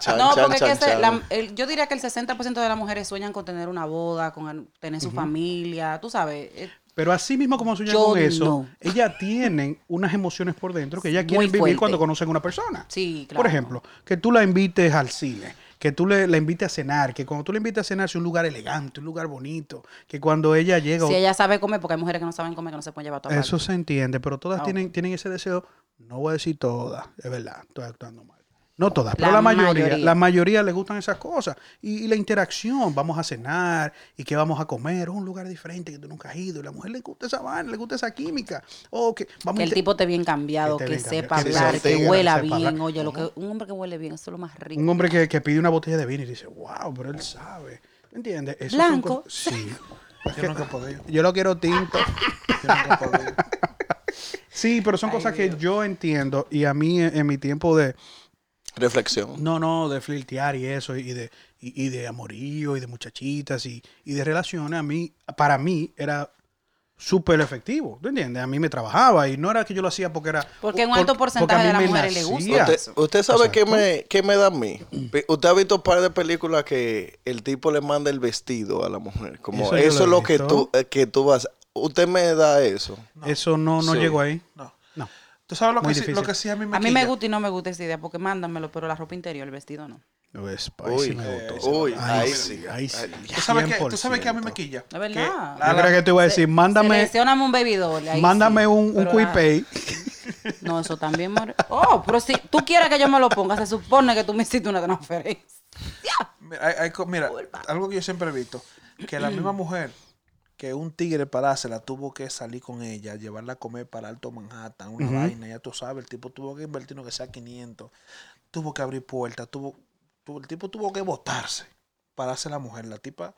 S3: Chan,
S4: no,
S3: chan,
S4: porque
S3: chan,
S4: es que ese-
S3: chan.
S4: la- el- yo diría que el 60% de las mujeres sueñan con tener una boda, con an- tener su familia, tú sabes. eh,
S2: Pero así mismo como sueñan
S4: Yo
S2: con eso,
S4: no.
S2: ellas tienen unas emociones por dentro que ellas
S4: Muy
S2: quieren vivir
S4: fuerte.
S2: cuando conocen a una persona.
S4: Sí, claro.
S2: Por ejemplo, que tú la invites al cine, que tú le, la invites a cenar, que cuando tú la invites a cenar sea un lugar elegante, un lugar bonito, que cuando ella llega...
S4: Si ella sabe comer, porque hay mujeres que no saben comer, que no se pueden llevar a todas
S2: Eso se entiende, pero todas
S4: Ah,
S2: tienen, tienen ese deseo. No voy a decir todas, es verdad, estoy actuando mal. No todas, pero
S4: La
S2: la, mayoría,
S4: mayoría.
S2: La mayoría le gustan esas cosas. Y, y la interacción, vamos a cenar y qué vamos a comer, un lugar diferente que tú nunca has ido. Y la mujer le gusta esa vaina, le gusta esa química. O que vamos a
S4: Que el
S2: inter-
S4: tipo esté bien cambiado,
S2: Que
S4: que,
S2: esté bien
S4: sepa
S2: cambiado.
S3: Que
S4: hablar,
S3: sea
S4: que
S3: tigre,
S4: huela
S2: que sepa
S4: bien.
S2: hablar.
S4: Oye, lo que, un hombre que huele bien, eso es lo más rico.
S2: Un hombre que, que pide una botella de vino y dice, wow, pero él sabe. ¿Entiendes? Eso
S4: Blanco. [LAUGHS]
S2: Sí.
S1: Yo nunca he podido.
S2: Yo lo quiero tinto.
S1: Yo nunca he podido.
S2: Sí, pero son cosas que yo entiendo y a mí en, en mi tiempo de,
S3: Reflexión.
S2: No, no, de flirtear y eso, y de, y, y de amorío, y de muchachitas, y, y de relaciones, a mí, para mí era súper efectivo, ¿tú entiendes? A mí me trabajaba y no era que yo lo hacía porque era...
S4: Porque un
S2: por-
S4: alto
S2: porque a
S4: porcentaje
S2: mí
S4: de las
S2: me
S4: mujeres le gusta.
S2: nacía.
S3: Usted, usted sabe
S2: Exacto. Mm.
S3: qué me, qué me da a mí. Pe- Usted ha visto un par de películas que el tipo le manda el vestido a la mujer. Como
S2: Eso
S3: eso,
S2: yo lo he
S3: es lo que
S2: visto.
S3: tú, eh, que tú vas. Usted me da eso.
S2: Eso no, no
S3: Sí.
S2: llegó ahí.
S1: No.
S2: No.
S1: ¿Tú sabes lo que,
S2: Muy
S1: sí, lo
S2: difícil.
S1: que sí a mí me
S4: A mí me
S1: quilla?
S4: gusta y no me gusta esa idea, porque mándamelo, pero la ropa interior, el vestido no.
S2: No es, ahí sí
S3: Uy,
S2: me
S3: eh,
S2: gustó.
S3: uy, ahí
S2: Ahí
S3: sí.
S2: sí, ahí sí.
S1: Eh, ¿Tú sabes, que, tú sabes que a mí me
S2: 100%.
S1: quilla.
S4: Es verdad.
S1: Que-
S2: Yo creo que te iba a decir, mándame,
S4: Seleccioname un bebidor. ahí sí,
S2: mándame un, un
S4: pero nada.
S2: QuiPay.
S4: No, eso también. more- Oh, pero si tú quieres que yo me lo ponga, se supone que tú me hiciste una transferencia.
S1: Mira, hay- hay co- mira, algo que yo siempre he visto, que la misma mujer que un tigre para se la tuvo que salir con ella, llevarla a comer para Alto Manhattan, una vaina, ya tú sabes, el tipo tuvo que invertir lo que sea 500, tuvo que abrir puertas, tuvo, tu- el tipo tuvo que botarse para hacer la mujer, la tipa,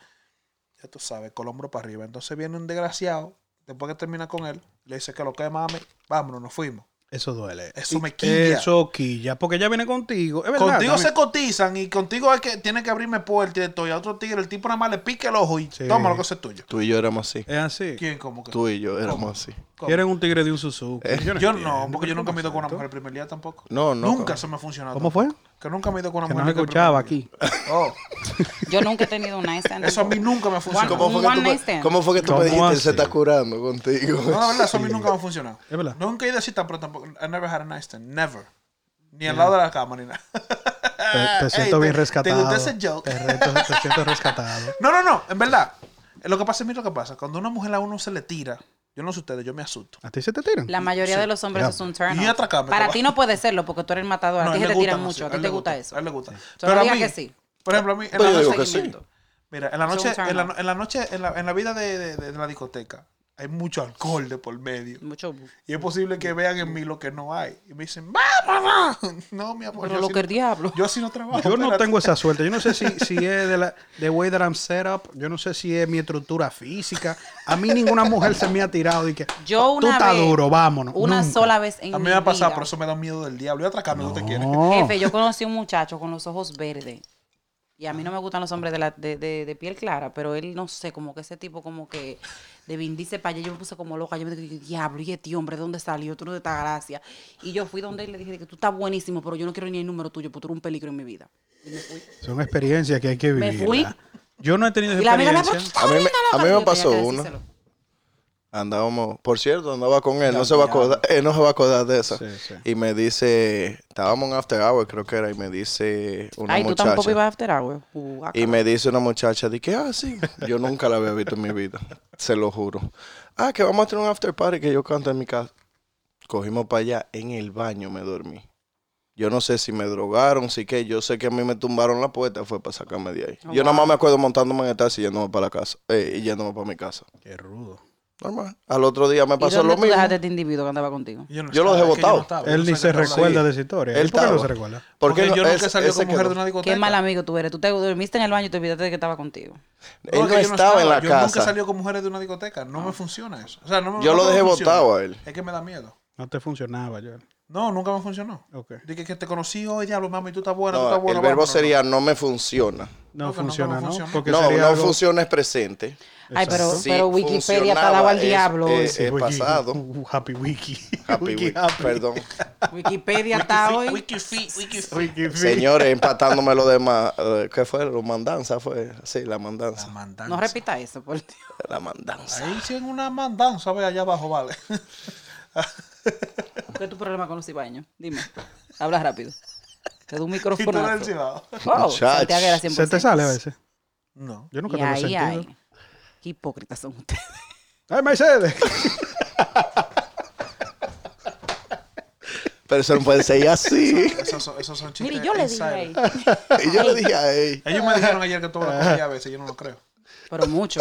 S1: ya tú sabes, con el hombro para arriba. Entonces viene un desgraciado, después que termina con él, le dice que lo que es mami, vámonos, nos fuimos.
S2: Eso duele.
S1: Eso
S2: Y-
S1: me quilla.
S2: Eso quilla, porque ella viene contigo. Es verdad,
S1: Contigo
S2: también.
S1: se cotizan y contigo es que tiene que abrirme puerta y de todo. Y a otro tigre, el tipo nada más le pica el ojo y
S2: Sí.
S1: toma lo que eso es tuyo.
S3: Tú y yo éramos así.
S2: Es así.
S1: ¿Quién como que?
S3: Tú y yo éramos así.
S1: ¿Cómo? Eh,
S2: Quieren un tigre de un Suzuki.
S1: Yo
S2: entiendo,
S1: no, porque yo nunca me he ido con una
S2: exacto.
S1: mujer el primer día tampoco.
S3: No, no.
S1: Nunca eso me ha funcionado.
S2: ¿Cómo
S1: tampoco.
S2: fue?
S1: Que nunca me he ido con una
S2: Que
S1: mujer.
S2: no se
S1: del primer
S2: escuchaba
S1: día.
S2: aquí.
S1: Oh,
S4: Yo nunca he tenido una stand.
S1: eso a mí nunca me ha funcionado.
S3: ¿Cómo fue,
S4: Un
S3: que tú,
S4: one night
S3: me-
S4: stand.
S3: ¿Cómo fue que tú
S2: ¿Cómo
S3: me dijiste
S2: así?
S3: se está curando contigo?
S1: No, la verdad, eso a mí nunca me ha funcionado.
S2: Es verdad.
S1: Nunca he ido así tampoco, tampoco. I never had a nice time. Never. Ni al lado de la cama ni nada. [LAUGHS]
S2: Te, te
S1: Ey,
S2: siento bien
S1: Eh, te-
S2: rescatado.
S1: Te gustó ese joke.
S2: Te, re- te- te
S1: [LAUGHS]
S2: siento rescatado.
S1: No, no, no, en verdad. Eh, Lo que pasa es, mira lo que pasa. Cuando una mujer a uno se le tira, yo no sé ustedes, yo me asusto.
S2: ¿A ti se te tiran?
S4: La mayoría de los hombres
S2: Ya.
S4: eso es un turn
S1: Y
S4: off.
S1: atracame,
S4: Para
S1: tú
S4: ti
S1: vas.
S4: no puede serlo porque tú eres el matador.
S1: No,
S4: a ti
S1: él
S4: se
S1: le
S4: te tiran
S1: así,
S4: mucho. A
S1: él
S4: ti
S1: le
S4: te gusta eso.
S1: A él le gusta.
S4: diga que sí.
S1: Por ejemplo, a mí. en
S3: Pero
S1: la
S3: yo digo
S1: noche-
S3: que sí.
S4: seguimiento.
S1: Mira, en la
S4: Eso es
S1: noche,
S4: un turn
S1: en la,
S4: off.
S1: en la noche, en la, en la vida de, de- de- de la discoteca, hay mucho alcohol de por medio.
S4: Mucho.
S1: Y es posible que vean en mí lo que no hay. Y me dicen, ¡Vámonos! [LAUGHS] No, mi amor.
S4: Pero
S1: yo
S4: lo
S1: así
S4: que el
S1: no-
S4: diablo.
S1: Yo así no trabajo.
S2: Yo no
S1: espérate.
S2: tengo esa suerte. Yo no sé si,
S3: [LAUGHS]
S2: si es de la the way that I'm set up. Yo no sé si es mi estructura física. A mí ninguna mujer se me ha tirado y que
S4: Yo
S2: tú
S4: una
S2: estás
S4: vez-
S2: duro, vámonos.
S4: Una
S2: Nunca.
S4: sola vez en
S1: A mí
S4: mi
S1: me ha pasado,
S4: vida.
S1: por eso me da miedo del diablo. Yo atracarme, no te quiero.
S2: No.
S4: Jefe, yo conocí a un muchacho con los ojos verdes. Y a mí no me gustan los hombres de, la, de, de, de piel clara, pero él, no sé, como que ese tipo como que de vindice para allá, yo me puse como loca, yo me dije, diablo, y este hombre, ¿de dónde salió? Tú no de esta gracia. Y yo fui donde él y le dije, que tú estás buenísimo, pero yo no quiero ni el número tuyo, porque tú eres un peligro en mi vida. Y me fui.
S2: Son experiencias que hay que
S4: Me
S2: vivir.
S4: fui.
S2: Yo no he tenido esa
S4: Y la amiga me
S2: experiencia.
S3: A mí me- a mí me pasó una.
S4: uno
S3: Andábamos, por cierto, andaba con él, no se va a acordar, él no se va a acordar de eso.
S2: Sí, sí.
S3: Y me dice, estábamos en After Hour, creo que era, y me dice una
S4: Ay, tú
S3: muchacha.
S4: tampoco ibas a eh, after hours. Guaca.
S3: Y me dice una muchacha, de que, ah, sí, yo nunca la había visto en mi vida, se lo juro. Ah, que vamos a tener un after party que yo canto en mi casa. Cogimos para allá, en el baño me dormí. Yo no sé si me drogaron, si que yo sé que a mí me tumbaron la puerta, fue para sacarme de ahí.
S4: Oh,
S3: yo nada más
S4: wow.
S3: me acuerdo montándome en el taxi y yéndome para la casa, eh, y yéndome para mi casa.
S2: Qué rudo.
S3: Normal. Al otro día me
S4: ¿Y
S3: pasó
S4: dónde
S3: lo
S4: tú
S3: mismo.
S4: dejaste este individuo que andaba contigo?
S1: Yo, no
S3: Yo
S1: estaba,
S3: lo dejé
S1: es que yo
S3: botado.
S1: estaba, yo
S2: Él
S1: no
S2: ni
S1: sé
S2: se
S1: qué pasó ahí.
S2: recuerda de esa historia.
S3: Él
S2: ¿Por qué no
S3: estaba.
S2: se recuerda?
S3: ¿Por qué
S1: Porque
S3: no?
S1: yo nunca
S3: Ese-
S1: salí
S3: ese
S1: con mujer
S3: quedó.
S1: de una discoteca.
S4: Qué mal amigo tú eres. Tú te dormiste en el baño y te olvidaste de que estaba contigo.
S1: No,
S3: Él no,
S1: que yo
S3: estaba en la
S1: yo
S3: casa. Ah.
S1: nunca salí con mujeres de una discoteca. No me funciona eso. O sea, no me-
S3: Yo
S1: no
S3: lo
S1: me
S3: dejé
S1: funciona.
S3: botado a él.
S1: Es que me da miedo.
S2: No te funcionaba, yo.
S1: No, nunca me funcionó.
S2: Ok.
S1: Dije que te conocí hoy, diablo, mami, tú estás buena, tú
S3: No,
S1: estás buena.
S3: el verbo
S1: vámonos, ¿no?
S3: sería no me funciona.
S2: No,
S1: No, que no,
S2: funciona,
S1: no
S2: ¿no?
S1: funciona.
S2: Porque
S3: No,
S2: sería
S3: no
S2: algo-
S3: funciona es presente.
S4: Ay, pero,
S3: Sí,
S4: pero Wikipedia está
S3: funcionaba,
S4: dado al
S3: es-
S4: diablo. hoy.
S3: es-
S2: Sí,
S3: el
S2: Wiki, [LAUGHS]
S3: pasado.
S2: uh, uh, happy Wiki.
S3: [LAUGHS] Happy
S2: Wiki
S3: Week,
S2: Happy. [LAUGHS]
S3: Perdón.
S1: eh,
S4: Wikipedia está hoy.
S2: Wiki Fit.
S3: Señores, empatándome lo demás. eh, ¿Qué fue? Lo mandanza fue. Sí, la
S1: La
S3: mandanza.
S1: mandanza.
S4: No repita eso, por Dios.
S3: La mandanza.
S1: Ahí sí en una mandanza, ve allá abajo,
S4: [LAUGHS]
S1: vale.
S4: ¿Qué es tu problema con los cibaños? Dime. [LAUGHS] Habla rápido. Te doy
S1: [LAUGHS]
S4: un
S1: Y tú eres el
S4: micrófono.
S1: cibao.
S4: Wow,
S3: Muchacho.
S4: Santiaguera 100%.
S2: Se te sale a veces.
S3: [LAUGHS]
S1: No.
S2: Yo nunca
S4: Y
S2: te lo he
S4: ahí,
S2: sentido.
S4: ahí. Qué hipócritas son ustedes.
S2: ¡Ay, Mercedes!
S3: Pero eso no puede ser así.
S1: Esos son, esos son chistes.
S4: Mire, yo le dije
S1: insider.
S4: ahí.
S3: y yo le dije a él.
S1: Ellos me dijeron ayer que tú la cogías a veces, yo no lo creo.
S4: Pero mucho.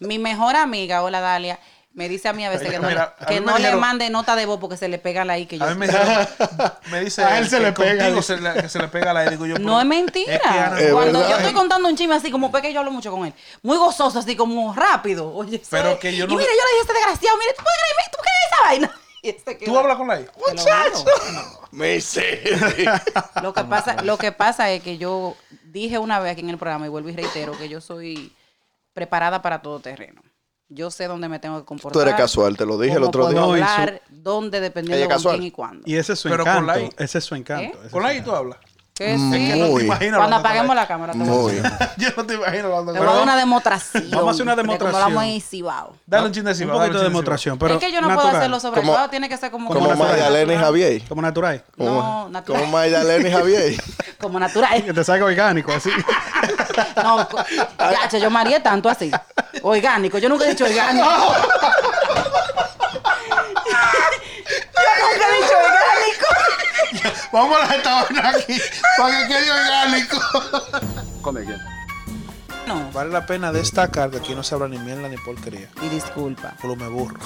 S4: Mi mejor amiga, hola Dalia, me dice a mí a veces que no,
S1: Mira, a
S4: que
S1: mí me
S4: no le
S1: dijeron-
S4: mande nota de voz porque se le pega la I que yo.
S1: A mí me
S2: [LAUGHS]
S1: dijeron, me dice
S2: A él se
S1: que
S2: le pega,
S1: contigo
S2: dice.
S1: se le, que se le pega la digo yo.
S4: No
S1: pero-
S4: es mentira.
S1: Es que Ana-
S3: Es
S4: Cuando
S3: verdad.
S4: yo estoy contando un chisme así como pequeño, yo hablo mucho con él. Muy gozoso, así como rápido. Oye,
S1: Pero
S4: ¿sabes?
S1: que yo
S4: Y
S1: no-
S4: mira, yo le dije a este desgraciado, mire, ¿tú puedes creer, ¿tú crees esa vaina? [LAUGHS] Y este que-
S1: Tú hablas con la I.
S4: Te lo juro.
S3: Me
S4: [LAUGHS]
S3: dice.
S4: Lo que pasa, lo que pasa es que yo dije una vez aquí en el programa y vuelvo y reitero que yo soy preparada para todo terreno. Yo sé dónde me tengo que comportar.
S3: Tú eres casual, te lo dije el
S4: cómo
S3: otro día.
S4: puedo
S2: No, y su-
S4: hablar, dónde dependiendo
S3: Ella
S4: con
S3: casual.
S4: quién y cuándo.
S2: Y ese es su
S1: Pero con
S2: encanto.
S1: la I. ¿Eh?
S2: Ese es su encanto. ese
S1: Con
S2: es
S1: la
S2: su
S1: I tú hablas. [LAUGHS]
S4: Que sí.
S1: te
S3: Muy,
S1: imaginas
S4: Cuando
S1: hablando con la I.
S4: apaguemos la cámara. te voy a
S3: muy.
S4: decir.
S1: Yo no te imagino hablando
S4: Te
S1: con
S4: voy a
S1: la
S4: dar
S1: I.
S4: una demostración.
S2: Vamos a hacer una
S4: de cómo
S2: demostración.
S4: hablamos en Cibao.
S1: Dale un chin de
S2: Un
S1: cibao, dale chin
S2: poquito de
S1: cibao.
S2: demostración, pero
S4: es que yo no
S2: natural.
S4: puedo hacerlo sobre
S3: Como-
S4: todo, tiene que ser como
S3: Como
S2: natural.
S3: Magdalena y Javier.
S2: Como natural. [LAUGHS]
S4: No,
S3: Como, como
S4: natural.
S3: Magdalena y Javier.
S4: Como
S3: [LAUGHS]
S4: natural.
S2: Que te salga orgánico,
S4: [LAUGHS]
S2: así.
S4: No, co- gacho, yo mareé tanto así. Orgánico, yo nunca he dicho
S3: [LAUGHS]
S4: orgánico. yo nunca he dicho orgánico.
S1: Vamos a la tabana aquí para que quede orgánico.
S4: No.
S1: Vale la pena destacar que aquí no se habla ni mierda ni porquería.
S4: Y disculpa.
S1: Por lo me burro.